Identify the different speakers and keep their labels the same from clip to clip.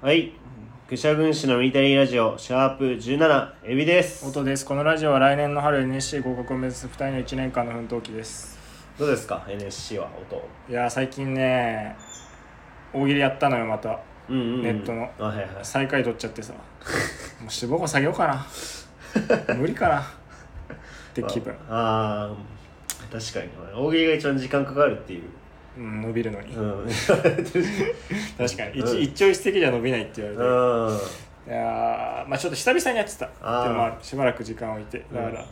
Speaker 1: はい。愚者軍師のミリタリーラジオ、シャープ17、エビです。
Speaker 2: 音ですこのラジオは来年の春 NSC 合格を目指す2人の1年間の奮闘記です
Speaker 1: どうですか ?NSC は音。
Speaker 2: いやー最近ね大喜利やったのよまた
Speaker 1: うんうん、うん。
Speaker 2: ネットの
Speaker 1: あ、はいはい。
Speaker 2: 最下位取っちゃっ てさもう志望校下げようかな無理かなって気分、
Speaker 1: ああー、確かに。大喜利が一番時間かかるっていう。
Speaker 2: うん、伸びるのに、
Speaker 1: うん。
Speaker 2: 確かに、
Speaker 1: うん
Speaker 2: 一一朝一夕じゃ伸びないって言われ
Speaker 1: う
Speaker 2: て、
Speaker 1: ん。
Speaker 2: いやーまあちょっと久々にやってたっていう
Speaker 1: あー
Speaker 2: のもあるしばらく時間を置いてだから、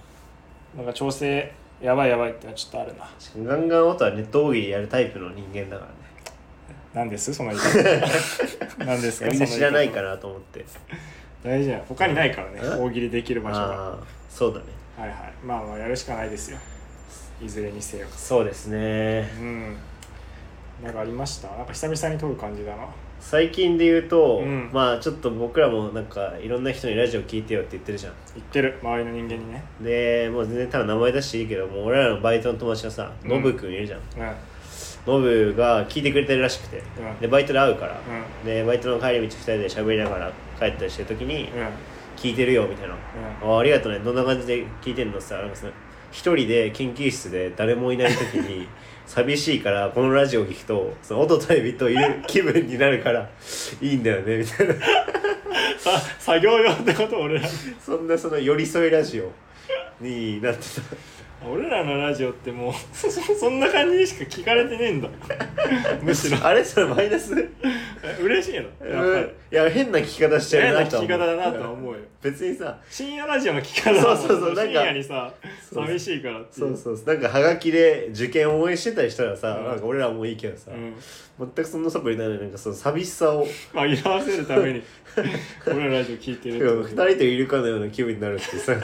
Speaker 2: なんか調整やばいやばいってのはちょっとあるな
Speaker 1: ガンガン音はネット大喜利やるタイプの人間だからね。
Speaker 2: なんですその言 い方なんですか
Speaker 1: みんな
Speaker 2: その言方
Speaker 1: 知らないかなと思って。
Speaker 2: 大事だよ他にないからね
Speaker 1: うん
Speaker 2: 大喜利できる場所がは
Speaker 1: ああ、そうだね。
Speaker 2: いはいまあまあやるしかないですよいずれにせよ
Speaker 1: そうですね。
Speaker 2: うんなんかありましたなんか久々に撮る感じだな
Speaker 1: 最近で言うと、
Speaker 2: うん
Speaker 1: まあちょっと僕らもなんかいろんな人にラジオ聞いてよって言ってるじゃん。
Speaker 2: 言ってる周りの人間にね
Speaker 1: でもう全然多分名前出していいけどもう俺らのバイトの友達がさ
Speaker 2: うん
Speaker 1: ノブくんいるじゃん、
Speaker 2: うんうん
Speaker 1: ノブが聞いてくれてるらしくて、
Speaker 2: うん
Speaker 1: でバイトで会うから、
Speaker 2: う
Speaker 1: でバイトの帰り道2人で喋りながら帰ったりしてる時に
Speaker 2: うん
Speaker 1: 「聞いてるよ」みたいな「あありがとうねどんな感じで聞いてんの?」さなんかその一人で研究室で誰もいない時 に寂しいからこのラジオ聞くとその音とエビとい る気分になるからいいんだよねみたいな
Speaker 2: さ作業用ってこと俺ら
Speaker 1: そんなその寄り添いラジオになってた。
Speaker 2: 俺らのラジオってもう そそそんな感じにしか聞かれてねえ んだむしろ
Speaker 1: あれそれマイナス
Speaker 2: え嬉しいのやっぱり
Speaker 1: いや変な聞き方してるなとは思う
Speaker 2: 変な聞き方だなとは思うよ
Speaker 1: 別にさ
Speaker 2: 深夜ラジオの聞き方だもん
Speaker 1: そうそうそうなんか
Speaker 2: 深夜にさ
Speaker 1: そう
Speaker 2: 寂しいからってい
Speaker 1: そうそうなんかはがきで受験応援してたりしたらさ、
Speaker 2: うん
Speaker 1: なんか俺らもいいけどさ、
Speaker 2: うん
Speaker 1: 全くそんなサプリないのになんかその寂しさを
Speaker 2: まあ、色合わせるた めに俺らラジオ聞いてるって
Speaker 1: 2
Speaker 2: こと
Speaker 1: 人といるかのような気分になるって さ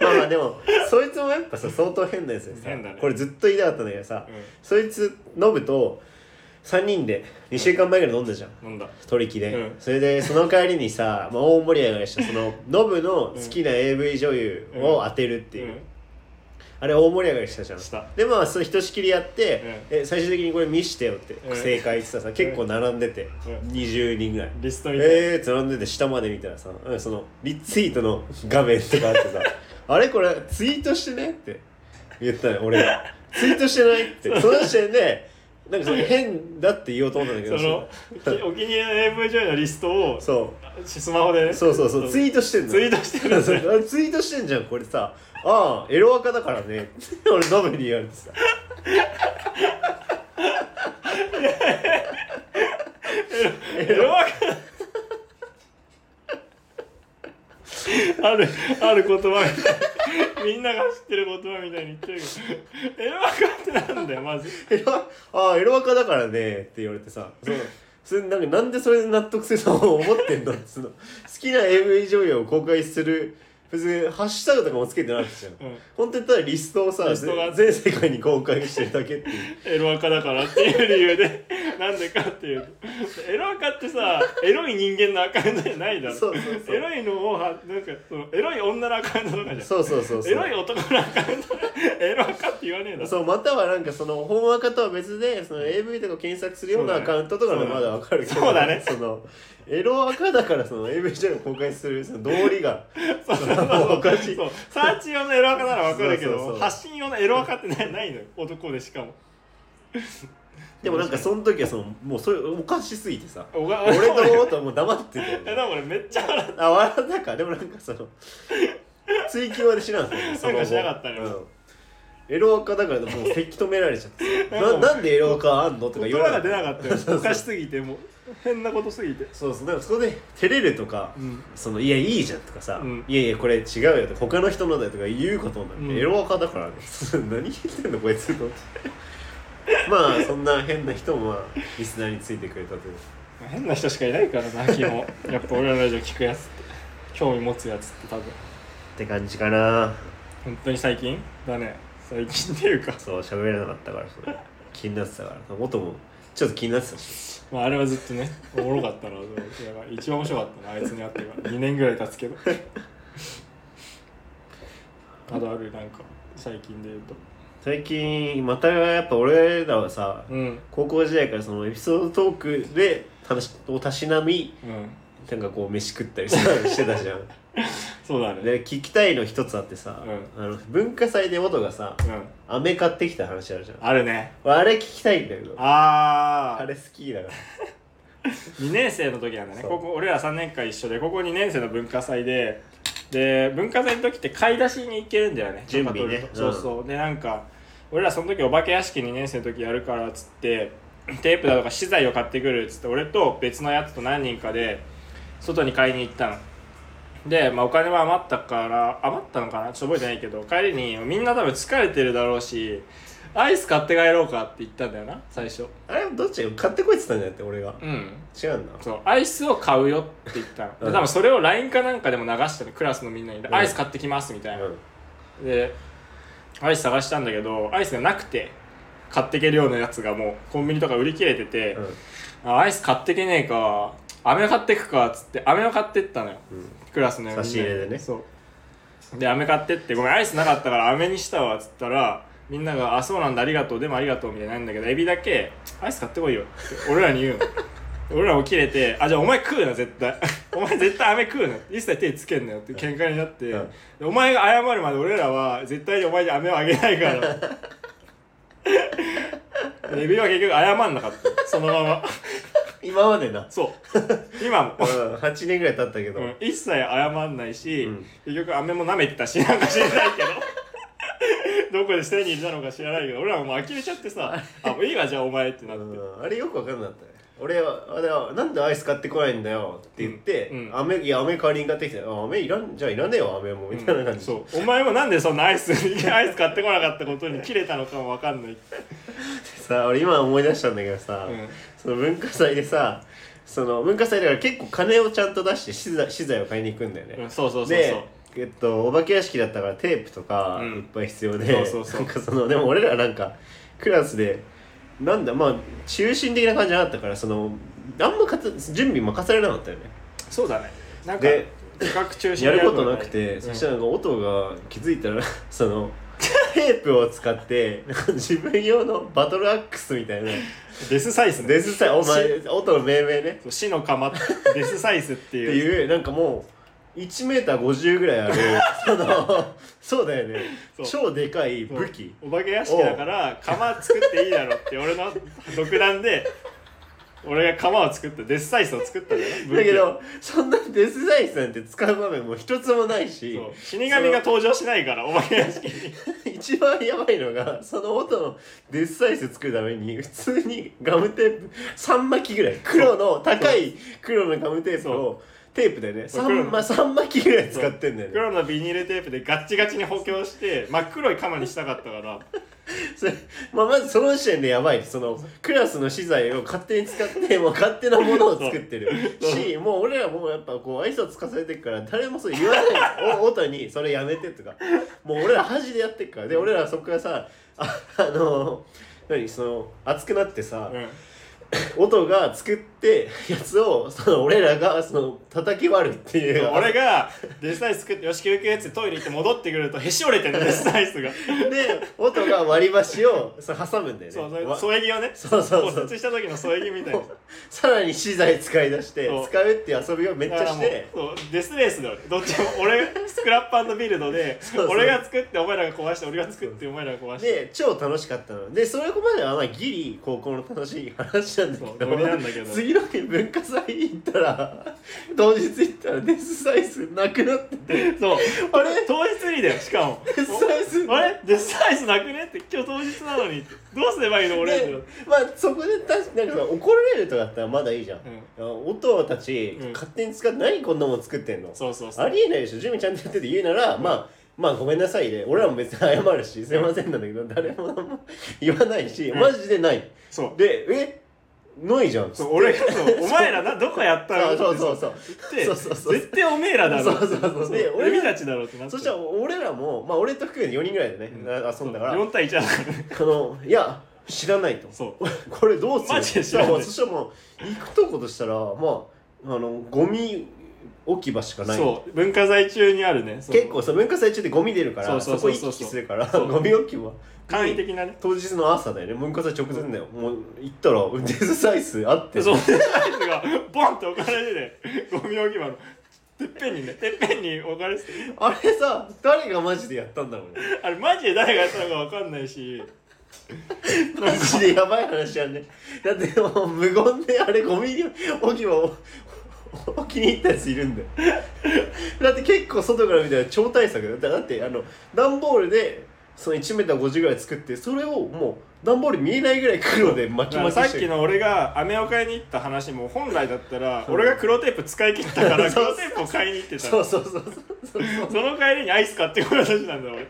Speaker 1: まあまあでもそいつもやっぱさ相当変なやつでさ、
Speaker 2: 変だね
Speaker 1: これずっと言いたかったんだけどさ、
Speaker 2: うん
Speaker 1: そいつ飲むと3人で2週間前ぐらい飲んだじゃん、
Speaker 2: なんだ
Speaker 1: 取り木で、
Speaker 2: うん
Speaker 1: それでその帰りにさ、まあ、大盛り上がりしたそのノブの好きな AV 女優を当てるっていう、あれ大盛り上がりしたじゃん
Speaker 2: した
Speaker 1: でまあそれひとしきりやって、え最終的にこれ見してよって、
Speaker 2: うん
Speaker 1: 正解ってさ結構並んでて、
Speaker 2: うん
Speaker 1: 20人ぐらい、
Speaker 2: リストみたいな、
Speaker 1: えー、って並んでて下まで見たらさうんそのリツイートの画面とかあって さ「あれこれツイートしてね」って言ったの俺が「ツイートしてない?」ってその時点でなんかその変だって言おうと思ったんだけど
Speaker 2: そ のきお気に入りの AV 上位のリストを
Speaker 1: そう
Speaker 2: スマホでね
Speaker 1: そうそうそう、ツイートしてんの。
Speaker 2: ツイートしてるんだよ
Speaker 1: そうあれ ツイートしてんじゃん、これさ。ああ、エロアカだからね。 俺、ノブに言われてさ。
Speaker 2: エロアカあるある言葉みたいみんなが知ってる言葉みたいに言ってるけどエロアカってなんだよまず
Speaker 1: エロ、ああ、エロアカだからね。って言われてさ。そう。それなんかなんでそれで納得すると思ってんのその好きな AV 女優を公開する別にハッシュタグとかもつけてないじゃん、
Speaker 2: うん
Speaker 1: 本当にただリストをさ
Speaker 2: リストが
Speaker 1: 全世界に公開してるだけって いう
Speaker 2: エロアカだからっていう理由でなんでかっていうとエロアカってさエロい人間のアカウントじゃないだろ
Speaker 1: そうそうそう
Speaker 2: エロいのをはなんかそのエロい女のアカウントとかじゃん
Speaker 1: そうそうそうそう
Speaker 2: エロい男のアカウントでエロアカって言わねえだ ろ
Speaker 1: そうまたはなんかその本アカとは別でその AV とか検索するような
Speaker 2: そう
Speaker 1: ア
Speaker 2: だね
Speaker 1: カウントとかのまだわかるけど
Speaker 2: そうだね
Speaker 1: そのエロアカだからその AV じゃ公開するその道理が
Speaker 2: そうそうそう
Speaker 1: もうおかしい
Speaker 2: そうサーチ用のエロアカならわかるけど
Speaker 1: そうそうそう
Speaker 2: 発信用のエロアカってないないのよ男でしかも
Speaker 1: でもなんかその時はそのもうそれおかしすぎてさ
Speaker 2: おが
Speaker 1: 俺
Speaker 2: 俺
Speaker 1: ととはもう黙ってたよ
Speaker 2: え
Speaker 1: ね
Speaker 2: でも俺めっちゃ笑っ
Speaker 1: あ笑ったかでもなんかその追求までしなかったよねその後
Speaker 2: なんかしなかったね
Speaker 1: うんエロアカだからもうせき止められちゃって
Speaker 2: なんか
Speaker 1: な
Speaker 2: も う
Speaker 1: なんでエロアカあんのと
Speaker 2: た
Speaker 1: か
Speaker 2: 言
Speaker 1: 言わ
Speaker 2: 葉
Speaker 1: れ
Speaker 2: が出なかったよおかし
Speaker 1: い
Speaker 2: すぎてもう変なことすぎて
Speaker 1: そうそうなんかそこで照れるとか、
Speaker 2: うん
Speaker 1: そのいやいいじゃんとかさ、
Speaker 2: うん
Speaker 1: いやいやこれ違うよとか他の人のだよとか言うことになって、
Speaker 2: うん
Speaker 1: エロアカだからね 何言ってんのこいつと 思ってまあそんな変な人もまあリスナーについてくれたという
Speaker 2: 変な人しかいないからな基 本やっぱ俺らのラジオ聞くやつって興味持つやつって多分
Speaker 1: って感じかな
Speaker 2: 本当に最近だね最近っていうか、
Speaker 1: そう喋れなかったからそれ気になってたから元もちょっと気になってたし
Speaker 2: まあ、あれはずっとねおもろかったなでもやばい一番面白かったなあいつに会ってから2年ぐらい経つ けどあとあるなんか最近で言うと
Speaker 1: 最近またやっぱ俺らはさ
Speaker 2: うん
Speaker 1: 高校時代からそのエピソードトークで話をたしなみ
Speaker 2: うん
Speaker 1: なんかこう飯食ったりさしてたじゃん
Speaker 2: そうだね
Speaker 1: で聞きたいの一つあってさ、あの文化祭で元がさ
Speaker 2: うん
Speaker 1: 飴買ってきた話あるじゃん
Speaker 2: あるね
Speaker 1: あれ聞きたいんだけどあ
Speaker 2: ああ
Speaker 1: れ好きだから
Speaker 2: 2年生の時なんだね
Speaker 1: そう
Speaker 2: ここ俺ら3年間一緒でここ2年生の文化祭でで文化祭の時って買い出しに行けるんだよね
Speaker 1: 準備ね
Speaker 2: 許可取るとそうそうでなんか俺らその時お化け屋敷2年生の時やるからっつってテープだとか資材を買ってくるっつって俺と別のやつと何人かで外に買いに行ったので、まあ、お金は余ったから余ったのかなちょっと覚えてないけど帰りにみんな多分疲れてるだろうしアイス買って帰ろうかって言ったんだよな最初
Speaker 1: あれどっちが買ってこいって言ったんじゃなくて俺が
Speaker 2: うん
Speaker 1: 違うんだ
Speaker 2: そうアイスを買うよって言ったの、
Speaker 1: うん
Speaker 2: 多分それを LINE かなんかでも流してたのクラスのみんなに「
Speaker 1: ん
Speaker 2: アイス買ってきます」みたいな、でアイス探したんだけどアイスがなくて買ってけるようなやつがもうコンビニとか売り切れてて、
Speaker 1: うん
Speaker 2: あアイス買ってけねえか飴買ってくかっつって飴を買ってったのよ
Speaker 1: うん、うん
Speaker 2: クラスのみんなに
Speaker 1: 差し入れでね
Speaker 2: そうで飴買ってって「ごめんアイスなかったから飴にしたわ」っつったらみんなが「あそうなんだありがとうでもありがとう」みたいになるんだけどエビだけ「アイス買ってこいよ」って俺らに言うの俺らも切れて「あじゃあお前食うな絶対 お前絶対飴食うな」一切手つけんなよって喧嘩になって、
Speaker 1: うん
Speaker 2: でお前が謝るまで俺らは絶対にお前に飴をあげな いからでエビは結局謝んなかったそのまま
Speaker 1: 今までな、
Speaker 2: そう今も
Speaker 1: うん、8年ぐらい経ったけど、
Speaker 2: うん、一切謝んないし、
Speaker 1: うん
Speaker 2: 結局飴も舐めてたしなんか知らないけ どどこで手に入れたのか知らないけど俺らもう呆れちゃっ てさ「あもういいわじゃあお前」ってなって、
Speaker 1: うんあれよく分かんなかったね俺はあれはなんでアイス買ってこないんだよって言って、
Speaker 2: うんうん
Speaker 1: 飴いや飴代わりに買ってきてあ飴いらんじゃあいらねえよ飴もみたいな感じ、
Speaker 2: そうお前もなんでそんなアイス アイス買ってこなかったことに切れたのかもわかんない、
Speaker 1: さあ俺今思い出したんだけどさ、
Speaker 2: うん
Speaker 1: その文化祭でさその文化祭だから結構金をちゃんと出して資材資材を買いに行くんだよね、
Speaker 2: うん、そうそうそうそ
Speaker 1: で
Speaker 2: う
Speaker 1: えっとお化け屋敷だったからテープとか
Speaker 2: うん
Speaker 1: いっぱい必要で、
Speaker 2: そうそうそう
Speaker 1: なんかそのでも俺らなんかクラスでなんだまあ中心的な感じじゃなかったからそのあんまかつ準備任されなかったよね
Speaker 2: そうだねなんか
Speaker 1: で
Speaker 2: 企画中心
Speaker 1: やることなく
Speaker 2: や
Speaker 1: て、
Speaker 2: ること
Speaker 1: そ
Speaker 2: ない
Speaker 1: したらなんか音が気づいたら そのテープを使ってなんか自分用のバトルアックスみたいな
Speaker 2: デスサイスね
Speaker 1: デスさお前音の命名ね
Speaker 2: そう死の釜デスサイスって
Speaker 1: って
Speaker 2: いう
Speaker 1: いうなんかもう 1m50 ぐらい あるそのそうだよね
Speaker 2: そう
Speaker 1: 超でかい武器
Speaker 2: お化け屋敷だから釜作っていいだろって俺 の独断で俺が釜を作ったデスサイスを作ったんだよ
Speaker 1: だけどそんなデスサイズなんて使う場面も一つもないし
Speaker 2: そう死神が登場しないからお化け屋敷に
Speaker 1: 一番やばいのがその音のデスサイズ作るために普通にガムテープ3巻きぐらい黒の高い黒のガムテープをテープでね
Speaker 2: そう黒
Speaker 1: 3,
Speaker 2: の
Speaker 1: ま三巻きぐらい使ってんだよね
Speaker 2: 黒のビニールテープでガッチガチに補強して真っ黒い釜にしたかったから
Speaker 1: それまあ、まずその時点でやばいそのクラスの資材を勝手に使 ってもう勝手なものを作ってる
Speaker 2: そう
Speaker 1: しもう俺らもうやっぱこう挨拶かされてるから誰もそう言わ ないお音に「それやめて」とかもう俺ら恥でやってるからで俺らそこからさああの何その熱くなってさ、
Speaker 2: うん
Speaker 1: 音が作ってやつをその俺らがその叩き割るっていう
Speaker 2: 俺がデスサイス作ってよし休憩っつってトイレ行って戻ってくるとへし折れてるデスサ イスが
Speaker 1: で音が割り箸をそう挟むんだよね
Speaker 2: そう
Speaker 1: わ
Speaker 2: それ添え木をね
Speaker 1: そうそうそう
Speaker 2: 骨折した時の添え木みたいな
Speaker 1: さらに資材使い出して
Speaker 2: そう
Speaker 1: 使うっていう遊びをめっちゃし
Speaker 2: だから
Speaker 1: て
Speaker 2: もうそうデスレースだよねどっちも俺スクラップビルドで
Speaker 1: そうそう
Speaker 2: 俺が作ってお前らが壊して俺が作ってお前らが壊して
Speaker 1: で超楽しかったのでそれこまではまあギリ高校の楽しい話なんだけ
Speaker 2: そうノ
Speaker 1: ど
Speaker 2: リなんだけど
Speaker 1: 次の日文化祭行ったら 当日行ったらデスサイズなくなってて
Speaker 2: そう
Speaker 1: あれ
Speaker 2: 当日にだよしかも
Speaker 1: デスサイズ
Speaker 2: おあれデスサイズなくねって今日当日なのにってどうすればいいの俺ってなっ
Speaker 1: で
Speaker 2: て
Speaker 1: まあそこで確かなんかさ怒られるとかだったらまだいいじゃん、音たち、
Speaker 2: うん
Speaker 1: 勝手に使って何こんなもん作ってんの
Speaker 2: そうそうそ
Speaker 1: あ
Speaker 2: う
Speaker 1: りえないでしょ、ジュミちゃんとやってて言うなら、まあ、まあごめんなさいで、俺らも別に謝るし、すいませんなんだけど、誰も何も言わないし、
Speaker 2: うん
Speaker 1: マジでない。
Speaker 2: そう
Speaker 1: で、えないじゃん。
Speaker 2: そう俺が そうお前らなどこやったの
Speaker 1: そうそうそう
Speaker 2: って
Speaker 1: そう
Speaker 2: 言っ
Speaker 1: そう
Speaker 2: て
Speaker 1: そう
Speaker 2: 絶対おめえらだろ
Speaker 1: そうそうそうで俺
Speaker 2: 俺たちだろってなって
Speaker 1: そしたら俺らも、まあ俺と含めて4人ぐらいでね、あ遊んだから、
Speaker 2: 4対1だから
Speaker 1: あの、いや、知らないと。
Speaker 2: そう
Speaker 1: これどうする
Speaker 2: マジで知らない
Speaker 1: そしたらもう、行くとことしたら、まあ、あの、ゴミ置き場しかない
Speaker 2: そう文化財中にあるねそう
Speaker 1: 結構さ文化祭中ってゴミ出るから
Speaker 2: そう
Speaker 1: そ
Speaker 2: そ
Speaker 1: こ
Speaker 2: う
Speaker 1: 行き
Speaker 2: そうそう
Speaker 1: 来するから
Speaker 2: そ う
Speaker 1: ゴミ置き場
Speaker 2: 簡易的なね
Speaker 1: 当日の朝だよね文化祭直前だよもう行ったらデスサイスあって
Speaker 2: そう サイズがボンって置かれててゴミ置き場のてっぺんにねてっぺんに置かれてて
Speaker 1: あれさ誰がマジでやったんだろうね
Speaker 2: あれマジで誰がやったのか分かんないし
Speaker 1: マジでやばい話やんねだってもう無言であれゴミ置き場を置きに行ったやついるんだよだって結構外から見たら超対策だよだだってあの段ボールでその 1m50 ぐらい作ってそれをもう段ボール見えないぐらい黒で巻き
Speaker 2: だから
Speaker 1: 巻き
Speaker 2: さっ
Speaker 1: して
Speaker 2: き
Speaker 1: る
Speaker 2: の俺が飴を買いに行った話も本来だったら
Speaker 1: そう
Speaker 2: 俺が黒テープ使い切ったか ら
Speaker 1: そう
Speaker 2: 黒テープを買いに行ってた
Speaker 1: そ
Speaker 2: そう
Speaker 1: そうそうそうそう
Speaker 2: の帰りにアイス買ってこる話なんだ俺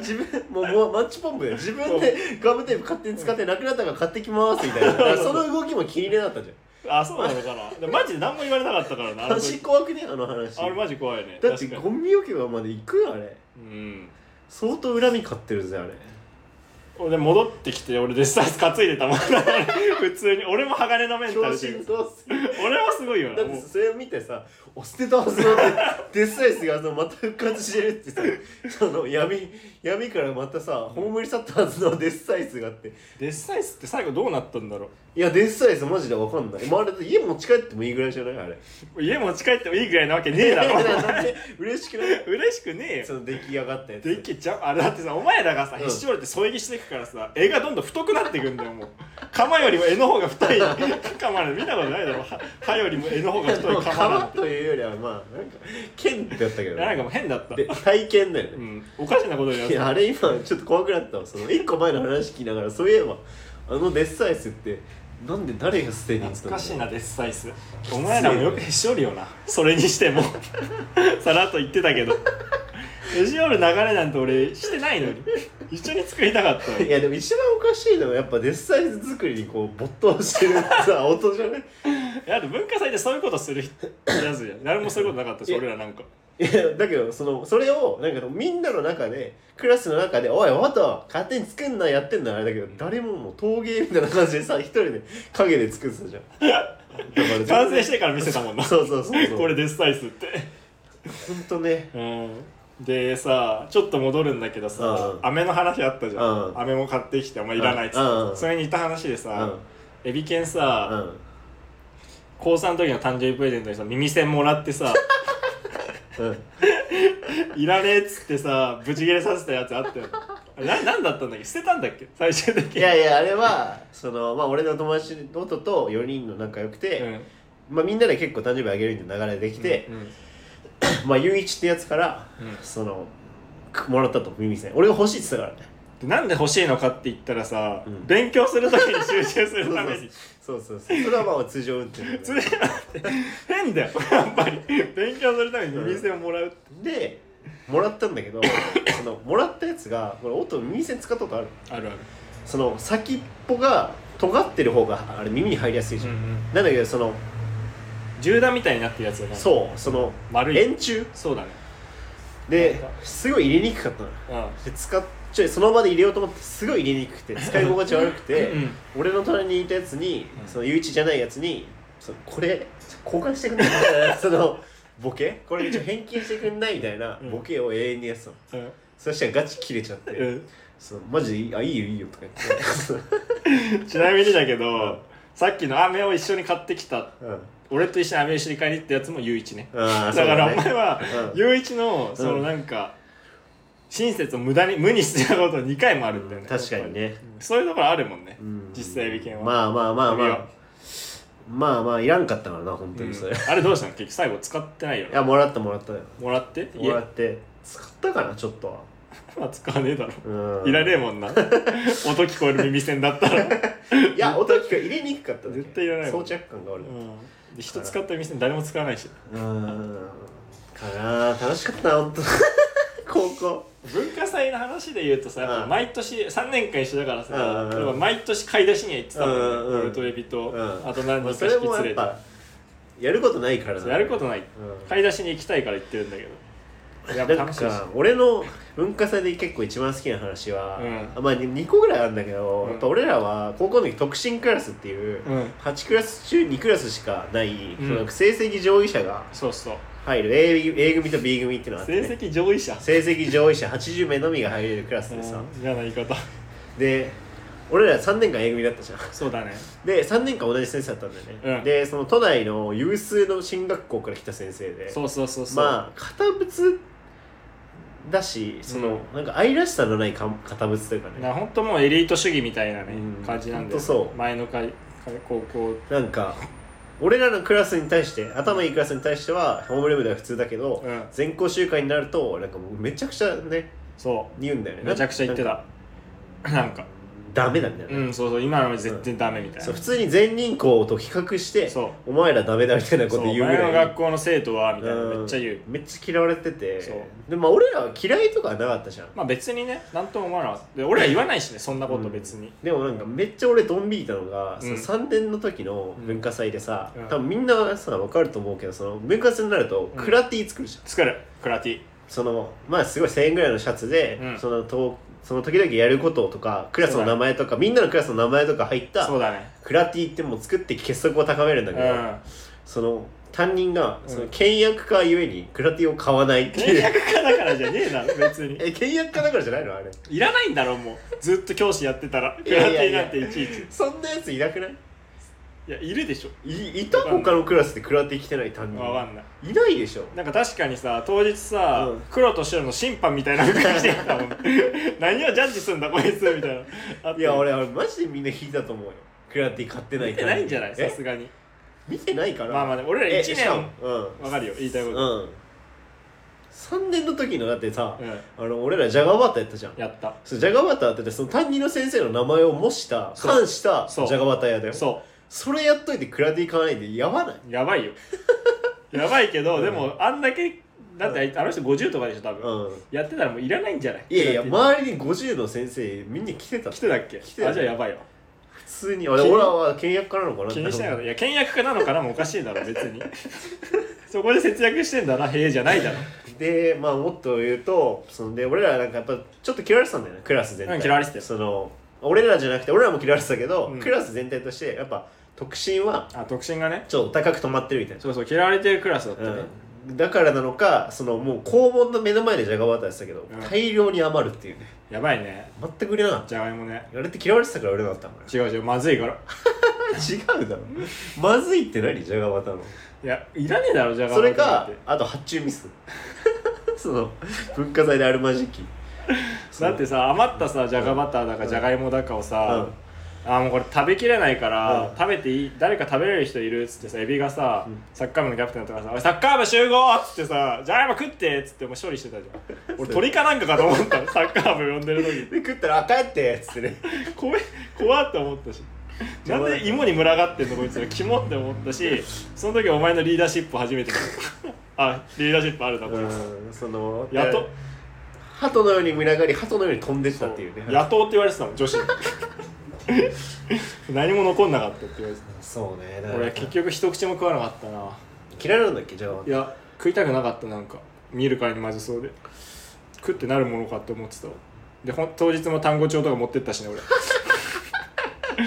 Speaker 1: 自分もうもうマッチポンプ で自分でガムテープ勝手に使ってなくなったから買ってきますみたい なだからその動きも気に入れなかったじ
Speaker 2: あそうなのかなでもマジで何も言われなかったから
Speaker 1: ゃ
Speaker 2: なんあの
Speaker 1: 話
Speaker 2: 時
Speaker 1: 怖くねあの話
Speaker 2: あれマジ怖いね
Speaker 1: だって
Speaker 2: 確かに
Speaker 1: ゴミ置き場まで行くよあれ
Speaker 2: うん
Speaker 1: 相当恨み買ってるぜあれ
Speaker 2: 俺で戻ってきて俺デスサイズ担いでたもん 普通に俺も鋼のメンタ
Speaker 1: 強
Speaker 2: ルで
Speaker 1: 心臓する
Speaker 2: 俺もすごいよ
Speaker 1: だ
Speaker 2: な
Speaker 1: って
Speaker 2: もう
Speaker 1: それを見てさ「お捨てたはずだ」って デスサイスがそのまた復活してるってさその闇闇からまたさ葬り去ったはずのデスサイスがあって
Speaker 2: デスサイズって最後どうなったんだろ
Speaker 1: いやデスサイスマジでわかんない、まあ、あれ家持ち帰ってもいいぐらいじゃないあれ
Speaker 2: う家持ち帰ってもいいぐらい なわけねえだ ろ
Speaker 1: なんで嬉しくない
Speaker 2: 嬉しくねえよ
Speaker 1: その出来上がったやつ
Speaker 2: できちゃうあれだってさお前らがさ
Speaker 1: うん
Speaker 2: へし折れて添え木していくからさ絵がどんどん太くなっていくんだよもう釜よりも絵の方が太い 釜なんて見たことないだろは歯よりも絵の方が太い釜な
Speaker 1: 川
Speaker 2: んて
Speaker 1: というよりはまあなんか剣ってやったけど、
Speaker 2: なんかもう変だった
Speaker 1: で体験だよ
Speaker 2: う
Speaker 1: ね、
Speaker 2: んおかしなことになっ
Speaker 1: いや
Speaker 2: た
Speaker 1: あれ今ちょっと怖くなったわその一個前の話聞きながらそういえばあのデッサイスってなんで誰が捨てに行った
Speaker 2: 懐かしいなデスサイス
Speaker 1: つい
Speaker 2: お
Speaker 1: ね
Speaker 2: 前らもよくへし折るよなそれにしても さらっと言ってたけどへし折る流れなんて俺してないのに一緒に作りたかったのに
Speaker 1: いやでも一番おかしいのはやっぱデッサイズ作りにこう没頭してるさ 音じゃね
Speaker 2: いやだって文化祭でそういうことするやつじ ゃん誰もそういうことなかったし
Speaker 1: いや
Speaker 2: 俺らなんか
Speaker 1: いやだけどそのそれをなんかみんなの中でクラスの中で「おい音勝手に作んなやってんのあれだけど誰ももう陶芸みたいな感じでさ一人で影で作ってたじゃんだ から
Speaker 2: 完成してから見せたもんな
Speaker 1: そうそうそうそう
Speaker 2: これデスサイスって
Speaker 1: ほんとね
Speaker 2: うんでさちょっと戻るんだけどさ
Speaker 1: うん
Speaker 2: 飴の話あったじゃ
Speaker 1: うん
Speaker 2: ん飴も買ってきてお前いらないっつ
Speaker 1: うんう
Speaker 2: っ
Speaker 1: ん
Speaker 2: てそれに似た話で
Speaker 1: う
Speaker 2: さ
Speaker 1: ん
Speaker 2: エビン
Speaker 1: う
Speaker 2: さ
Speaker 1: ん
Speaker 2: 高3の時の誕生日プレゼントにさ耳栓もらっ てさ
Speaker 1: うん
Speaker 2: いらねえっつってさブチギレさせたやつあったよななんだったんだっけ捨てたんだっけ最終的
Speaker 1: い
Speaker 2: に
Speaker 1: やいやあれはそのまあ俺の友達の音と4人の仲良くて、
Speaker 2: うん
Speaker 1: まあみんなで結構誕生日あげるみたいな流れでできて、
Speaker 2: うん
Speaker 1: まあゆういちってやつから
Speaker 2: うん
Speaker 1: そのくもらったと耳栓俺が欲しいって言ってたからね
Speaker 2: でなんで欲しいのかって言ったらさ、
Speaker 1: うん
Speaker 2: 勉強する時に集中するために
Speaker 1: そうそうそうそれはまあ通常運 転だよね
Speaker 2: それだって変だよやっぱり勉強するために耳栓をもらうって
Speaker 1: でもらったんだけど そのもらったやつがこれ音耳栓使ったことある
Speaker 2: あるある
Speaker 1: その先っぽが尖ってる方があれ耳に入りやすいじゃん、
Speaker 2: ん
Speaker 1: なんだけどその
Speaker 2: 銃弾みたいになってるやつだねう
Speaker 1: そうその
Speaker 2: 丸い
Speaker 1: 円柱
Speaker 2: そうだね
Speaker 1: ですごい入れにくかったのよで使っちゃいその場で入れようと思ってすごい入れにくくて使い心地悪く
Speaker 2: うん
Speaker 1: て、俺の隣にいたやつに、
Speaker 2: うん
Speaker 1: そのゆういちじゃないやつにそのこれ交換してくんないみたい なそのボケこれ一応返金してくんないみたいな
Speaker 2: うん
Speaker 1: ボケを永遠にやってたの、
Speaker 2: うん
Speaker 1: そしたらガチ切れちゃって、
Speaker 2: うん
Speaker 1: そうマジでいい「あいいよいいよ」とか言って
Speaker 2: うんちなみにだけど、
Speaker 1: ん
Speaker 2: さっきの飴を一緒に買ってきた
Speaker 1: うん
Speaker 2: 俺と一緒に飴を一緒に買いに行ったやつもゆういちね
Speaker 1: あー
Speaker 2: だからお
Speaker 1: そう
Speaker 2: 前は
Speaker 1: うん
Speaker 2: ゆういちのそのなんか、親切を無駄に無にしてたこと2回もあるんだよね、
Speaker 1: うん確かにね
Speaker 2: そういうところあるもんね、
Speaker 1: うん
Speaker 2: 実際美見は
Speaker 1: まあまあまあま
Speaker 2: 首は
Speaker 1: あまあまあいらんかったからな本当
Speaker 2: う
Speaker 1: に
Speaker 2: ん
Speaker 1: それ、い
Speaker 2: あれどうしたの結局最後使ってないよね
Speaker 1: やもらったもらったよ
Speaker 2: もらってい
Speaker 1: もら
Speaker 2: や
Speaker 1: って使ったかなちょっとは
Speaker 2: まあ使わねえだろ
Speaker 1: うん
Speaker 2: いらねえもんな音聞こえる耳栓だったら、
Speaker 1: いや音聞く入れにくかっただけ
Speaker 2: 絶対いらないもん
Speaker 1: 装着感がある
Speaker 2: うん、で人使った耳栓誰も使わないし
Speaker 1: うんかな楽しかったな本当 高校
Speaker 2: 文化祭の話で言うとさやっぱ
Speaker 1: うん
Speaker 2: 毎年3年間一緒だからさ
Speaker 1: うんうんうん
Speaker 2: やっぱ毎年買い出しには行ってたもん
Speaker 1: う
Speaker 2: ね
Speaker 1: んうんうん
Speaker 2: 俺とエビと、
Speaker 1: うん
Speaker 2: あと何
Speaker 1: まあそ
Speaker 2: 人か
Speaker 1: れ
Speaker 2: 引
Speaker 1: も
Speaker 2: き
Speaker 1: やっ
Speaker 2: 連れ
Speaker 1: ぱやることないから
Speaker 2: て
Speaker 1: な
Speaker 2: やることない、
Speaker 1: うん
Speaker 2: 買い出しに行きたいから行ってるんだけどいや
Speaker 1: な
Speaker 2: 楽
Speaker 1: ん
Speaker 2: しいです
Speaker 1: か俺の文化祭で結構一番好きな話は、
Speaker 2: う
Speaker 1: まあ2個ぐらいあるんだけど、
Speaker 2: うん
Speaker 1: やっぱ俺らは高校の時特進クラスっていう、
Speaker 2: うん
Speaker 1: 8クラス中2クラスしかない、
Speaker 2: うん
Speaker 1: その成績上位者が
Speaker 2: そうそう
Speaker 1: 入る A, A 組と B 組っていうのがあって、
Speaker 2: 成
Speaker 1: ね、
Speaker 2: 績上位者
Speaker 1: 成績上位者80名のみが入れるクラスでさ、
Speaker 2: うん嫌な言い方
Speaker 1: で俺ら3年間 A 組だったじゃん
Speaker 2: そうだね
Speaker 1: で3年間同じ先生だったんだよね、
Speaker 2: うん
Speaker 1: でその都内の有数の進学校から来た先生で
Speaker 2: そうそうそうそう
Speaker 1: まあ堅物だしその、なんか愛らしさのないか堅物というかね
Speaker 2: な本当もうエリート主義みたいなね、
Speaker 1: うん
Speaker 2: 感じなんで
Speaker 1: ほんとそう
Speaker 2: 前の回回高校
Speaker 1: なんか俺らのクラスに対して頭いいクラスに対してはホームルームでは普通だけど、
Speaker 2: うん
Speaker 1: 全校集会になるとなんかもうめちゃくちゃね
Speaker 2: そ
Speaker 1: 言うんだよね
Speaker 2: うめちゃくちゃ言って
Speaker 1: なんか
Speaker 2: た なんか
Speaker 1: ダメだみたいな、
Speaker 2: うんそうそう今のは絶対ダメみたいな、
Speaker 1: そう普通に全人口と比較して
Speaker 2: そう
Speaker 1: お前らダメだみたいなこと
Speaker 2: そう
Speaker 1: 言うぐ
Speaker 2: 前
Speaker 1: ら
Speaker 2: の
Speaker 1: い
Speaker 2: 学校の生徒はみたいな
Speaker 1: うん
Speaker 2: めっちゃ言う
Speaker 1: めっちゃ嫌われてて
Speaker 2: そう
Speaker 1: でまあ俺らは嫌いとかはなかったじゃん
Speaker 2: まあ別にね何とも思わなかったで俺ら言わないしねそんなこと別に、
Speaker 1: でもなんかめっちゃ俺ドン引いたのが、
Speaker 2: うん
Speaker 1: その3年の時の文化祭でさ、
Speaker 2: うん
Speaker 1: 多分みんなさ分かると思うけどその文化祭になると
Speaker 2: うん
Speaker 1: クラティ作るじゃん、
Speaker 2: 作るクラティ
Speaker 1: そのまあすごい1000円ぐらいのシャツで、
Speaker 2: うん
Speaker 1: そのとその時々やることとかクラスの名前とかみんなのクラスの名前とか入った
Speaker 2: そうだね
Speaker 1: クラティってもう作って結束を高めるんだ
Speaker 2: う
Speaker 1: けど、
Speaker 2: ん
Speaker 1: その担任が
Speaker 2: うん
Speaker 1: その倹約家ゆえにクラティを買わないって
Speaker 2: 倹
Speaker 1: いう、
Speaker 2: 約家だからじゃねえな 別に
Speaker 1: え倹約家だからじゃないのあれ
Speaker 2: いらないんだろもうずっと教師やってたらク
Speaker 1: いや
Speaker 2: ラ
Speaker 1: いや
Speaker 2: テ
Speaker 1: い
Speaker 2: ィ
Speaker 1: や
Speaker 2: なんていちいち
Speaker 1: そんなやついなくない
Speaker 2: いやいるでしょ
Speaker 1: いいた他のクラスでクラティ来てない担任
Speaker 2: わかんない
Speaker 1: いないでしょ
Speaker 2: なんか確かにさ当日さ、
Speaker 1: うん
Speaker 2: 黒と白の審判みたいな服着てたもん 何をジャッジすんだこいつみたいなあった
Speaker 1: いや俺俺マジでみんな引いたと思うよクラティ買ってない
Speaker 2: 見てないんじゃないさ
Speaker 1: え
Speaker 2: すがに
Speaker 1: 見てないから
Speaker 2: まあまあね俺ら1
Speaker 1: しかも
Speaker 2: 年わかるよ言いたいこ
Speaker 1: うん、
Speaker 2: と、
Speaker 1: うん、3年の時のだってさ、
Speaker 2: うん
Speaker 1: あの俺らジャガバタやったじゃん
Speaker 2: やった
Speaker 1: そうジャガバタっててその担任の先生の名前を模した
Speaker 2: そう
Speaker 1: 冠したジ
Speaker 2: そう
Speaker 1: ャガバタ屋だよ
Speaker 2: そ
Speaker 1: それやっといてクラティ買わないでやばないう
Speaker 2: やばいよ やばいけど、
Speaker 1: うん
Speaker 2: でもあんだけだってあの人50とかでしょ多分、
Speaker 1: うん
Speaker 2: やってたらもういらないんじゃない
Speaker 1: いやいや
Speaker 2: クラティ
Speaker 1: 周りに50の先生みんな来てた
Speaker 2: 来てたっけ
Speaker 1: 来てた
Speaker 2: あじゃあやばいよ
Speaker 1: 普通にあれ俺らは倹約家なのかなって
Speaker 2: 気
Speaker 1: 思う
Speaker 2: にしなかったいや倹約家なのかなもおかしいだろ別に そこで節約してんだなへえじゃないだろ
Speaker 1: でまあもっと言うとそので俺らなんかやっぱちょっと嫌われてたんだよねクラス全体、
Speaker 2: うん嫌われてたよ
Speaker 1: その俺らじゃなくて俺らも嫌われてたけど、
Speaker 2: うん
Speaker 1: クラス全体としてやっぱ特進は
Speaker 2: あ独身がね
Speaker 1: ちょっと高く止まってるみたい
Speaker 2: そうそう嫌われてるクラスだったね
Speaker 1: な、、うん、だからなのかそのもう校門の目の前でじゃがバターやってたけど、
Speaker 2: うん
Speaker 1: 大量に余るっていうね
Speaker 2: やばいね
Speaker 1: 全く売れなかっ
Speaker 2: じゃがいもね
Speaker 1: たあれって嫌われてたから売れなかったの
Speaker 2: 違う違うまずいから
Speaker 1: 違うだろまずいって何じゃがバターの
Speaker 2: いやいらねえだろじゃがい
Speaker 1: そ
Speaker 2: も
Speaker 1: れか
Speaker 2: だって
Speaker 1: あと発注ミス その文化財であるまじき
Speaker 2: だってさ余ったさじゃがバターだか
Speaker 1: うん
Speaker 2: じゃがいもだかを
Speaker 1: う
Speaker 2: さ
Speaker 1: ん、
Speaker 2: あもうこれ食べきれないから、
Speaker 1: うん
Speaker 2: 食べていい誰か食べれる人いるっつってさエビがさ、
Speaker 1: うん
Speaker 2: サッカー部のキャプテンとかさ「おいサッカー部集合!」っつってさ「じゃがいも食って!」っつってもう勝利してたじ ゃん俺鳥かなんかかと思ったのサッカー部呼んでる時
Speaker 1: で食ったら「あ帰って」っつってね
Speaker 2: 怖い怖って思ったしなんで芋に群がってんのこいつらキモって思ったしその時お前のリーダーシップ初めて見たあリーダーシップあるなこいつ
Speaker 1: うんその
Speaker 2: やっと
Speaker 1: 鳩のように群がり鳩のように飛んでったっていうね
Speaker 2: 野党って言われてたもん女 子に何も残んなかったって言われて
Speaker 1: そうねだ
Speaker 2: た
Speaker 1: から
Speaker 2: 俺結局一口も食わなかったな
Speaker 1: 嫌いなんだっけじゃあ
Speaker 2: いや食いたくなかったなんか見るからにまずそうで食ってなるものかって思ってたわでほん当日も単語帳とか持ってったしね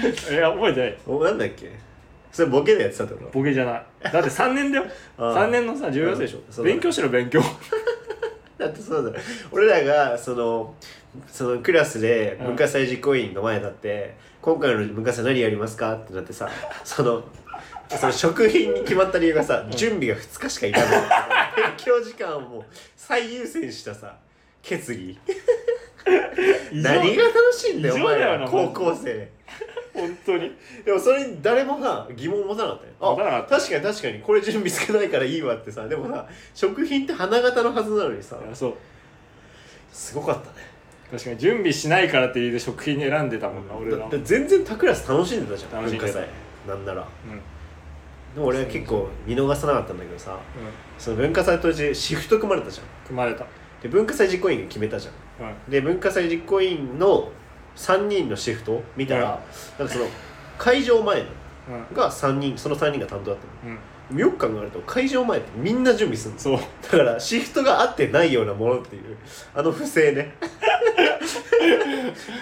Speaker 2: 俺 いや覚えてない
Speaker 1: おなんだっけそれボケでやってたってこと
Speaker 2: ボケじゃないだって3年だよ
Speaker 1: ああ
Speaker 2: 3年のさ14歳でし
Speaker 1: うん
Speaker 2: ょ、
Speaker 1: そうだね
Speaker 2: 勉強しろ勉強
Speaker 1: だってそうだよ俺らがそのそのクラスで文化祭実行委員の前になって「今回の文化祭何やりますか?」ってなってさそのその食品に決まった理由がさ、準備が2日しかいらない勉強時間をもう最優先したさ決議
Speaker 2: 異 常
Speaker 1: 何が楽しいんだよお
Speaker 2: 異常
Speaker 1: 前
Speaker 2: だよ
Speaker 1: ら
Speaker 2: な
Speaker 1: 高校生
Speaker 2: 本当に
Speaker 1: でもそれに誰もさ疑問持たなかったよ
Speaker 2: 持たなかった
Speaker 1: 確かに確かにこれ準備少ないからいいわってさでもさ食品って花形のはずなのにさ
Speaker 2: いやそう
Speaker 1: すごかったね
Speaker 2: 確かに準備しないからって理由で食品に選んでたもんな、俺ら
Speaker 1: だ
Speaker 2: は
Speaker 1: だ全然他クラス楽しんでたじゃん
Speaker 2: 楽しんでた
Speaker 1: 文化祭なんなら
Speaker 2: うんうん
Speaker 1: でも俺は結構見逃さなかったんだけどさその文化祭当時シフト組まれたじゃん
Speaker 2: 組まれた、うん、
Speaker 1: で文化祭実行委員が決めたじゃんで文化祭実行委員の3人のシフト見たら、なんかその会場前の
Speaker 2: うん
Speaker 1: が3人その3人が担当だったの
Speaker 2: うん
Speaker 1: でもよく考えると会場前ってみんな準備するんです
Speaker 2: そう
Speaker 1: だからシフトが合ってないようなものっていうあの不正ね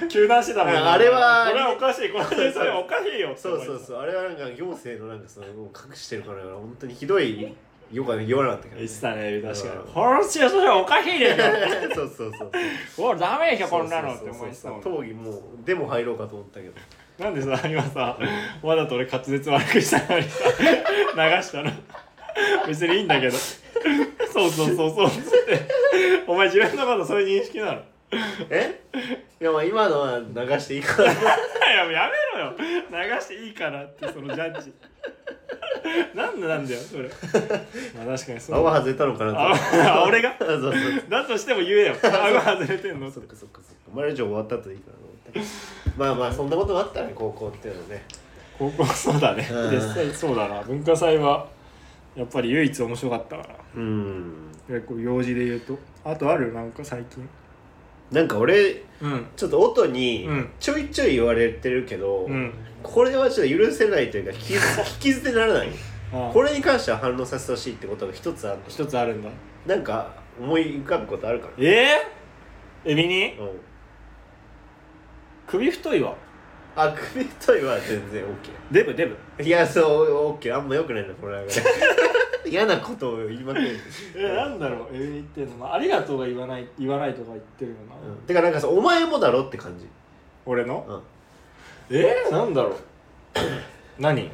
Speaker 2: 球団してたもんね
Speaker 1: あれは
Speaker 2: これはおかしいこれそれはおかしいよ
Speaker 1: そうそうそうあれはなんか行政のなんかそのもう隠してるから本当にひどいよく言わなかったけど、
Speaker 2: 言ってたね確か
Speaker 1: う
Speaker 2: に
Speaker 1: ん
Speaker 2: この試合それはおかしいでし ょ
Speaker 1: そうそうそうそう
Speaker 2: おいダメでしょこんなのっ
Speaker 1: そう
Speaker 2: て
Speaker 1: そ
Speaker 2: 思
Speaker 1: う
Speaker 2: い
Speaker 1: そ
Speaker 2: そうう
Speaker 1: そう討議もうでも入ろうかと思ったけど
Speaker 2: なんでさ今さわざと俺滑舌悪くしたのにさ流した の別にいいんだけどそうそうそうそうっつってお前自分のことそういう認識なの
Speaker 1: えいやまあ今のは流していいから
Speaker 2: ややめろよ流していいからってそのジャッジなんだなんだよそれまあ確かにそう
Speaker 1: 泡外れたのかなと
Speaker 2: ああ俺が
Speaker 1: そうそうそう
Speaker 2: だとしても言えよ顎外れてんのって
Speaker 1: そっかそっかそっかマルジョ終わったといいかなと思ったけどまあまあそんなこともあったね高校っていうのはね
Speaker 2: 高校そうだね
Speaker 1: うん
Speaker 2: 実際そうだな文化祭はやっぱり唯一面白かったから
Speaker 1: うん
Speaker 2: 結構用事で言うとあとあるなんか最近
Speaker 1: なんか俺
Speaker 2: うん
Speaker 1: ちょっと音に
Speaker 2: うん
Speaker 1: ちょいちょい言われてるけど、
Speaker 2: うん
Speaker 1: これはちょっと許せないというか聞き 聞き捨てならない
Speaker 2: あ
Speaker 1: これに関しては反論させてほしいってことが一つある
Speaker 2: 一つあるんだ
Speaker 1: なんか思い浮かぶことあるか
Speaker 2: ええエビに
Speaker 1: なうん
Speaker 2: 首太いわ
Speaker 1: あ首太いは全然 OK
Speaker 2: デブデブ
Speaker 1: いやそう OK あんまよくないなこれは 嫌なことを言いまくる
Speaker 2: えなんだろうエビに言ってんの、まあ、ありがとうが言わない言わないとか言ってるよな、
Speaker 1: うんてかなんかさお前もだろって感じ
Speaker 2: 俺の
Speaker 1: うん
Speaker 2: えー、なんだろう 何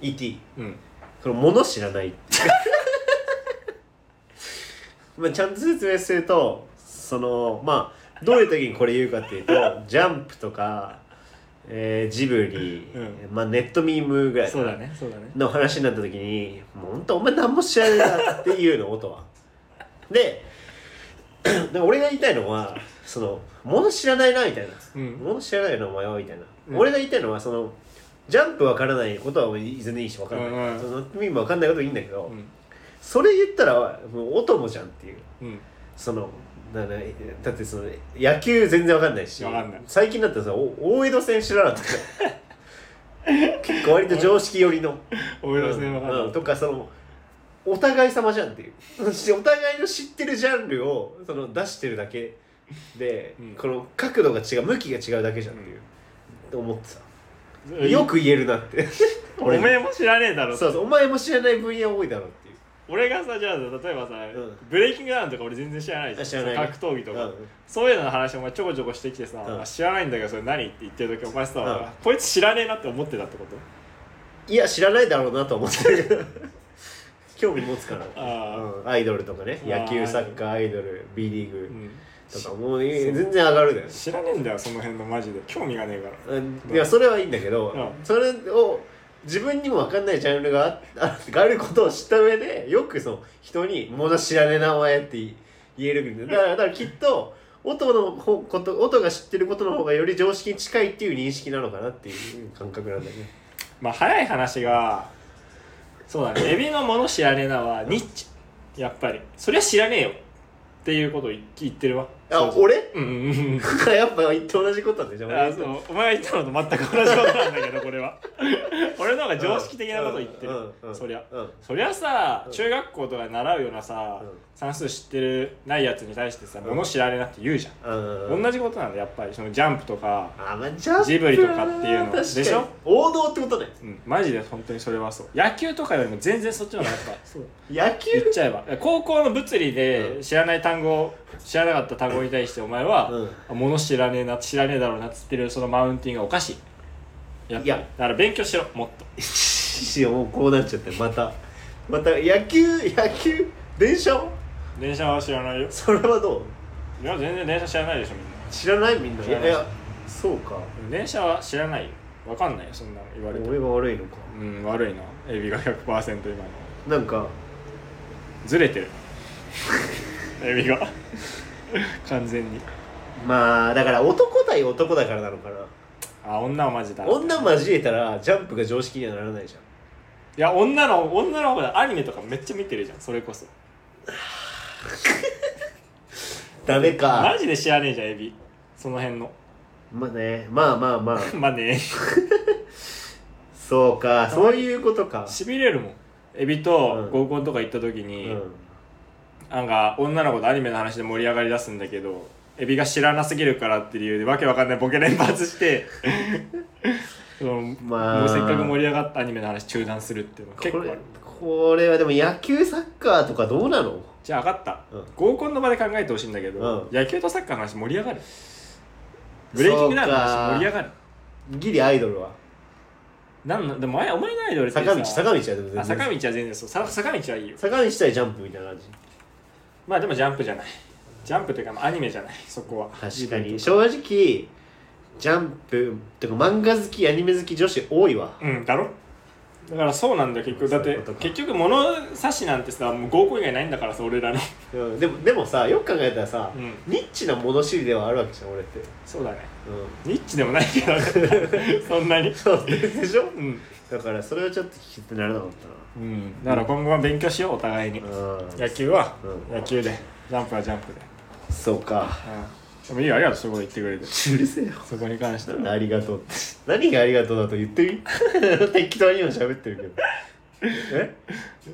Speaker 1: ET
Speaker 2: うん
Speaker 1: その物知らないって いうまあちゃんと説明するとそのまあどういう時にこれ言うかっていう と「ジャンプ」とか、えージブリ、
Speaker 2: う
Speaker 1: まあ、ネットミームぐらい
Speaker 2: そうだねそうだね
Speaker 1: の話になった時に「もうほんとお前何も知らないな」っていうの音は。で だから俺が言いたいのはその物知らないなみたいな。
Speaker 2: うん
Speaker 1: もの知らないのお前はみたいな、
Speaker 2: うん
Speaker 1: 俺が言いたいのはそのジャンプわからないことは全然いいしわからない、
Speaker 2: うんうん
Speaker 1: そのミームわかんないことはいいんだけど、
Speaker 2: うん
Speaker 1: それ言ったらもう音もじゃんっていう
Speaker 2: うん
Speaker 1: そのだだだってその野球全然わかんないし
Speaker 2: わかんない
Speaker 1: 最近だったらさお大江戸線知らなかった 結構割と常識寄りの
Speaker 2: お色線わかんない
Speaker 1: うん、とかそのお互い様じゃんっ ていうそしてお互いの知ってるジャンルをその出してるだけで、
Speaker 2: うん
Speaker 1: この角度が違う向きが違うだけじゃんっていう、と思ってた
Speaker 2: え
Speaker 1: よく言えるなって
Speaker 2: おめえも知らねえだ ろ
Speaker 1: そうそうお前も知らない分野多いだろうっていう
Speaker 2: 俺がさじゃあ例えばさ、
Speaker 1: ん
Speaker 2: ブレイキングダウンとか俺全然知らないじゃん
Speaker 1: 知らないね
Speaker 2: 格闘技とか、
Speaker 1: うん
Speaker 2: そういうのの話お前ちょこちょこしてきてさ、
Speaker 1: うん
Speaker 2: あ知らないんだけどそれ何って言ってる時お前さ、
Speaker 1: うん
Speaker 2: こいつ知らねえなって思ってたってこと
Speaker 1: いや知らないだろうなと思ってるけ ど興味持つから
Speaker 2: あー
Speaker 1: うんアイドルとかね
Speaker 2: あー
Speaker 1: 野球サッカーアイドル B リー
Speaker 2: う
Speaker 1: グ
Speaker 2: ん、
Speaker 1: とかもうえ全然上がるだよね
Speaker 2: 知らねえんだよその辺のマジで興味がねえから
Speaker 1: うんいやそれはいいんだけど、
Speaker 2: うん
Speaker 1: それを自分にも分かんないジャンルがああがあることを知った上でよくその人に「もの知らねえなお前」って言言えるんだだからだからきっと音のほこと音が知ってることの方がより常識に近いっていう認識なのかなっていう感覚なんだよね。
Speaker 2: まあ早い話がそうだねエビのもの知らねえなはニッチやっぱりそりゃ知らねえよっていうことを言言ってるわ
Speaker 1: あ
Speaker 2: そうそう
Speaker 1: 俺
Speaker 2: うんうんうん
Speaker 1: やっぱ言って同じことなんでしょ
Speaker 2: あそうお前が言ったのと全く同じことなんだけどこれは俺の方が常識的なことを言ってる、そりゃ、
Speaker 1: うん
Speaker 2: そりゃさ
Speaker 1: うん
Speaker 2: 中学校とかで習うようなさ、
Speaker 1: うん
Speaker 2: 算数知ってるないやつに対してさ
Speaker 1: ん
Speaker 2: 物知られなって言うじゃ
Speaker 1: うん
Speaker 2: ん、同じことなんだやっぱりそのジャンプとか、
Speaker 1: あまあジャンプは
Speaker 2: ジブリとかっていうの
Speaker 1: 確かに
Speaker 2: でしょ
Speaker 1: 王道ってことね
Speaker 2: うん、マジで本当にそれはそう野球とかよりも全然そっちの方がやっぱ
Speaker 1: 野球
Speaker 2: 言っちゃえ ば高校の物理で知らない単語知らなかった単語に対してお前は、
Speaker 1: うん
Speaker 2: あ物知らねえな知らねえだろうなっつってるそのマウンティングがおかしいやっぱり
Speaker 1: いや
Speaker 2: だから勉強しろもっと
Speaker 1: しもうこうなっちゃってまたまた野球野球電車を
Speaker 2: 電車は知らないよ
Speaker 1: それはどう
Speaker 2: いや全然電車知らないでしょみんな
Speaker 1: 知らないみんない
Speaker 2: 知ら
Speaker 1: や
Speaker 2: ない
Speaker 1: そうか
Speaker 2: 電車は知らないよわかんないよそんなの言われても
Speaker 1: 俺が悪いのか
Speaker 2: うん悪いなエビが100%今の
Speaker 1: なんか
Speaker 2: ずれてる エビが完全に
Speaker 1: まあだから男対男だからなのかな
Speaker 2: あ女はマジだ
Speaker 1: 女交えたらジャンプが常識にはならないじゃん
Speaker 2: いや女の女の方がアニメとかめっちゃ見てるじゃんそれこそ
Speaker 1: ダメ
Speaker 2: マ
Speaker 1: か
Speaker 2: ジで知らねえじゃんエビその辺の
Speaker 1: まあねまあまあまあ
Speaker 2: まあね
Speaker 1: そうかそういうことか
Speaker 2: しびれるもんエビと合コンとか行った時
Speaker 1: う
Speaker 2: に、
Speaker 1: ん
Speaker 2: なんか女の子とアニメの話で盛り上がりだすんだけどエビが知らなすぎるからっていう理由でわけわかんないボケ連発して その
Speaker 1: まあ
Speaker 2: もうせっかく盛り上がったアニメの話中断するっていうの結構
Speaker 1: こ
Speaker 2: あ
Speaker 1: れ
Speaker 2: る
Speaker 1: これはでも野球サッカーとかどうなの
Speaker 2: じゃあ分かった、
Speaker 1: うん
Speaker 2: 合コンの場で考えてほしいんだけど、
Speaker 1: う
Speaker 2: 野球とサッカーの話盛り上がるブレイキングダウンの
Speaker 1: そうか
Speaker 2: 話盛り上がる
Speaker 1: ギリアイドルは
Speaker 2: なんのでも前お前のアイドルってさ
Speaker 1: 坂道坂道はでも全然
Speaker 2: あ坂道は全然そうさ坂道はいいよ
Speaker 1: 坂道対ジャンプみたいな感じ
Speaker 2: まあでもジャンプじゃないジャンプというかまあアニメじゃないそこは
Speaker 1: 確かに正直ジャンプとか漫画好きアニメ好き女子多いわ
Speaker 2: うんだろだからそうなんだよ結局だっ
Speaker 1: そうい
Speaker 2: て
Speaker 1: うことか
Speaker 2: 結局物差しなんてさもう合コン以外ないんだからさ俺らの
Speaker 1: うんでもでもさよく考えたらさ、
Speaker 2: うん
Speaker 1: ニッチな物知りではあるわけじゃん俺って、
Speaker 2: そうだね
Speaker 1: う
Speaker 2: ニッチでもないけどねそんなに
Speaker 1: ん、そうでしょ
Speaker 2: うん、
Speaker 1: だからそれはちょっと聞きてならなかった
Speaker 2: うん、だから今後は勉強しようお互いに、
Speaker 1: なうん
Speaker 2: 野球は
Speaker 1: うん
Speaker 2: 野球でジャンプはジャンプで、
Speaker 1: そうか
Speaker 2: うん、でもいいよありがとうそこで言ってくれて
Speaker 1: うるせえよ
Speaker 2: そこに関して
Speaker 1: なんで
Speaker 2: は
Speaker 1: ありがとうって何がありがとうだと言ってみ 適当に今喋ってるけどえ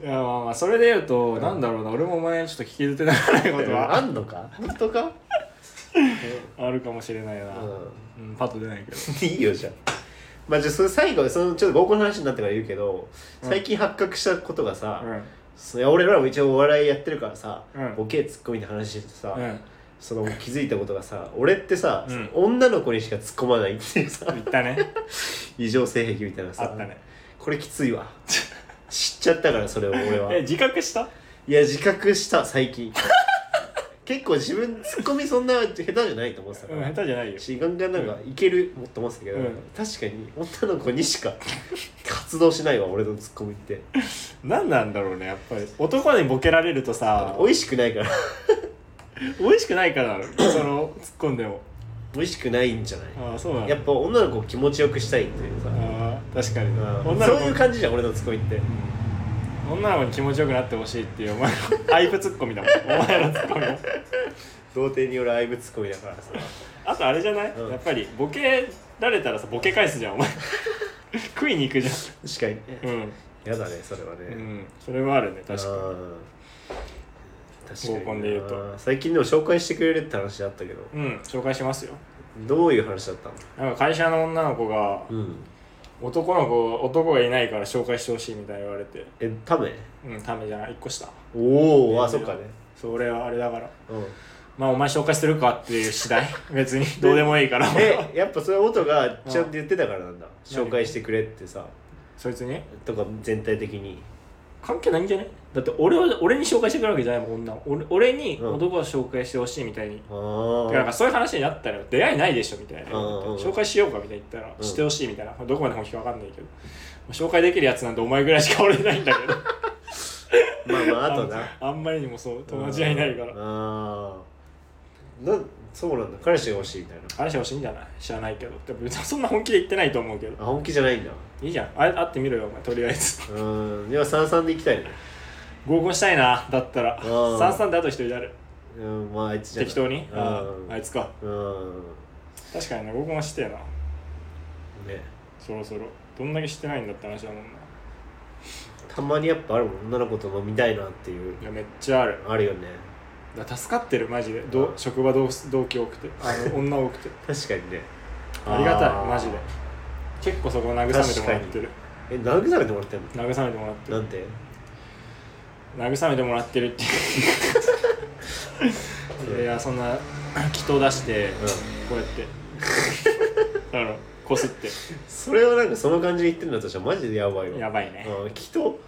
Speaker 2: いやまあまあそれで言うと、
Speaker 1: ん
Speaker 2: なんだろうな俺もお前にちょっと聞き捨てならないこと
Speaker 1: あ
Speaker 2: は
Speaker 1: んのか本当か、
Speaker 2: あるかもしれないな、
Speaker 1: うん
Speaker 2: うん、パッと出ないけど
Speaker 1: いいよじゃあまあじゃあその最後そのちょっと合コンの話になってから言うけど
Speaker 2: うん
Speaker 1: 最近発覚したことがさ、
Speaker 2: うん
Speaker 1: そいや俺らも一応お笑いやってるからさ、
Speaker 2: うん
Speaker 1: ボケツッコミの話してさ、
Speaker 2: うん
Speaker 1: その気づいたことがさ俺ってさ、
Speaker 2: うん
Speaker 1: 女の子にしか突っ込まないっていうさ
Speaker 2: 言った ね
Speaker 1: 異常性癖みたいな
Speaker 2: あ
Speaker 1: さ
Speaker 2: ったね
Speaker 1: これきついわ知っちゃったからそれを俺は
Speaker 2: え自覚した
Speaker 1: いや自覚した最近 結構自分ツッコミそんな下手じゃないと思ってたか
Speaker 2: うん
Speaker 1: ら、
Speaker 2: 下手じゃないよ
Speaker 1: しガンガンなんかいけるもっと思ってたけど、
Speaker 2: うん
Speaker 1: 確かに女の子にしか活動しないわ俺のツッコミって
Speaker 2: 何なんだろうねやっぱり男にボケられるとさ
Speaker 1: 美味しくないから
Speaker 2: 美味しくないからその突っ込んでも
Speaker 1: 美味しくないんじゃない
Speaker 2: ああそうなんだ
Speaker 1: やっぱ女の子を気持ちよくしたいっていうさ、
Speaker 2: ああ確かにな
Speaker 1: うん
Speaker 2: 女
Speaker 1: そ
Speaker 2: の
Speaker 1: う
Speaker 2: 子
Speaker 1: いう感じじゃん俺のツッコミって
Speaker 2: うん女の子に気持ちよくなってほしいっていうお前の アイプツッコミだもんお前のツッコミも
Speaker 1: 童貞による愛物ツッコミだからさ
Speaker 2: あとあれじゃない、
Speaker 1: うん
Speaker 2: やっぱりボケられたらさボケ返すじゃんお前食いに行くじゃ
Speaker 1: 確かに
Speaker 2: んうん、
Speaker 1: 嫌だねそれはね、
Speaker 2: うん、それはあるね確か
Speaker 1: あー確かにな
Speaker 2: 合コンで言うと
Speaker 1: 最近でも紹介してくれるって話あったけど
Speaker 2: にうん紹介しますよ
Speaker 1: どういう話だったの
Speaker 2: なんか会社の女の子が
Speaker 1: うん
Speaker 2: 男の子男がいないから紹介してほしいみたいに言われて
Speaker 1: えため
Speaker 2: うんためじゃない1個下
Speaker 1: おおあそっかね
Speaker 2: それはあれだから
Speaker 1: うん
Speaker 2: まあお前紹介するかってい う次第別にどうでもいいから
Speaker 1: えやっぱそれ音がちゃんと言ってたからなんだ紹介してくれってさ
Speaker 2: そいつに
Speaker 1: とか全体的に
Speaker 2: 関係ないんじゃないだって俺は俺に紹介してくるわけじゃないもん女を俺俺に
Speaker 1: うん
Speaker 2: 男を紹介してほしいみたいに、
Speaker 1: あ
Speaker 2: だからなんか
Speaker 1: ー
Speaker 2: そういう話になったら出会いないでしょみたいな、
Speaker 1: うんうんうん
Speaker 2: 紹介しようかみたいな言ったら、
Speaker 1: うん
Speaker 2: してほしいみたいなどこまで本気か分かんないけど紹介できるやつなんてお前ぐらいしか俺いないんだけど
Speaker 1: まあま ああとな
Speaker 2: あんまりにもそう友達がいないから
Speaker 1: あーなそうなんだ彼氏が欲しいみたいな
Speaker 2: 話欲しいんじゃない知らないけどでも別にそんな本気で言ってないと思うけど
Speaker 1: あ本気じゃないんだ
Speaker 2: いいじゃんあ会ってみろよお前とりあえず
Speaker 1: うんでは三々で行きたいね
Speaker 2: 合コンしたいなだったら
Speaker 1: うん
Speaker 2: 三三であと一人誰
Speaker 1: うんまああいつじゃない
Speaker 2: 適当に
Speaker 1: うん
Speaker 2: ああいつか
Speaker 1: うん
Speaker 2: 確かにな合コンはしてえな
Speaker 1: ね
Speaker 2: そろそろどんだけしてないんだって話だもんな
Speaker 1: たまにやっぱあるもん女の子と飲みたいなっていう
Speaker 2: いやめっちゃある
Speaker 1: あるよね
Speaker 2: だから助かってるマジでど職場同同期多くてあの女多くて
Speaker 1: 確かにね
Speaker 2: ありがた
Speaker 1: あ
Speaker 2: い
Speaker 1: ー
Speaker 2: マジで結構そこを慰めてもらってる
Speaker 1: え慰めてもらってんの
Speaker 2: 慰めてもらって
Speaker 1: な
Speaker 2: る
Speaker 1: んて
Speaker 2: 慰めてもらってるって いういやいやそんな 人を出して
Speaker 1: う
Speaker 2: こうやってあのこすって
Speaker 1: それをなんかその感じで言ってるんだとしたらマジでやばいわ
Speaker 2: やばいね
Speaker 1: うん人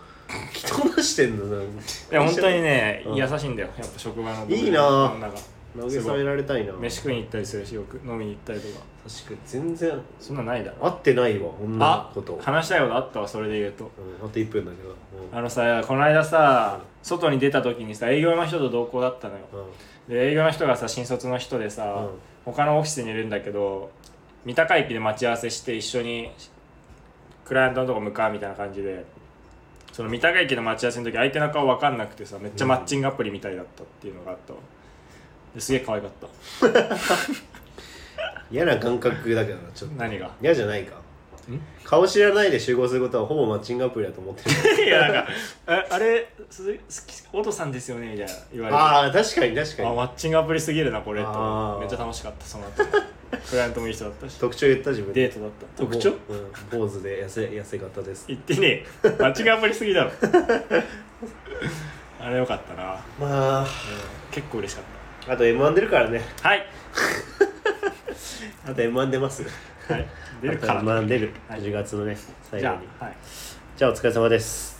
Speaker 1: 人出してんのなんか
Speaker 2: いや本当にね、
Speaker 1: うん
Speaker 2: 優しいんだよやっぱ職場の
Speaker 1: いいなぁ
Speaker 2: 女が
Speaker 1: 慰められたいな
Speaker 2: 飯
Speaker 1: 確
Speaker 2: 食いに行ったりするしよく飲みに行ったりとか
Speaker 1: かに全然
Speaker 2: そんなんないだろ
Speaker 1: 会ってないわ女の
Speaker 2: あ
Speaker 1: 子と、うん、あ
Speaker 2: 話したいことあったわそれで言うと
Speaker 1: と1分だけどうん
Speaker 2: あのさこの間さ外に出た時にさ営業の人と同行だったのよ
Speaker 1: うん
Speaker 2: で営業の人がさ新卒の人で
Speaker 1: う
Speaker 2: さ、
Speaker 1: ん
Speaker 2: 他のオフィスにいるんだけど三鷹駅で待ち合わせして一緒にクライアントのとこ向かうみたいな感じでその三鷹駅の待ち合わせの時相手の顔分かんなくてさめっちゃマッチングアプリみたいだったっていうのがあったわですげえ可愛かった
Speaker 1: 嫌な感覚だけどなちょっと
Speaker 2: 何が
Speaker 1: 嫌じゃないか顔知らないで集合することはほぼマッチングアプリだと思ってる
Speaker 2: いやなんか「ああれ鈴木オトさんですよね」みたいな言われて あ
Speaker 1: ああ確かに確か
Speaker 2: マ
Speaker 1: に
Speaker 2: ッチングアプリすぎるなこれと
Speaker 1: あー
Speaker 2: めっちゃ楽しかったその後クライアントもいい人だったし
Speaker 1: 特徴言った自分
Speaker 2: デートだった特徴
Speaker 1: ぼうん、坊主で痩せ痩せ型です
Speaker 2: 言ってねえマッチングアプリすぎだろあれよかったな、うん
Speaker 1: まあ
Speaker 2: 結構嬉しかっ
Speaker 1: あと M1 出るからね
Speaker 2: たはい
Speaker 1: あと M1 出ます
Speaker 2: はい出るから
Speaker 1: あと M1 出る
Speaker 2: はい
Speaker 1: 10月のね最
Speaker 2: じ
Speaker 1: 後
Speaker 2: ゃ
Speaker 1: に
Speaker 2: あはい
Speaker 1: じゃあお疲れ様です